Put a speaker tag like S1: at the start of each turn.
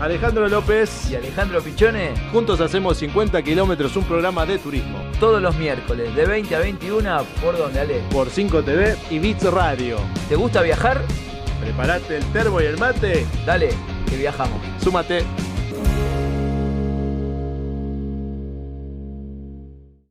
S1: Alejandro López.
S2: Y Alejandro Pichone,
S1: Juntos hacemos 50 kilómetros, un programa de turismo.
S2: todos los miércoles de 20 a 21 por donde Ale.
S1: Por 5TV y Bits Radio.
S2: ¿Te gusta viajar?
S1: Preparate el termo y el mate.
S2: Dale, que viajamos.
S1: Súmate.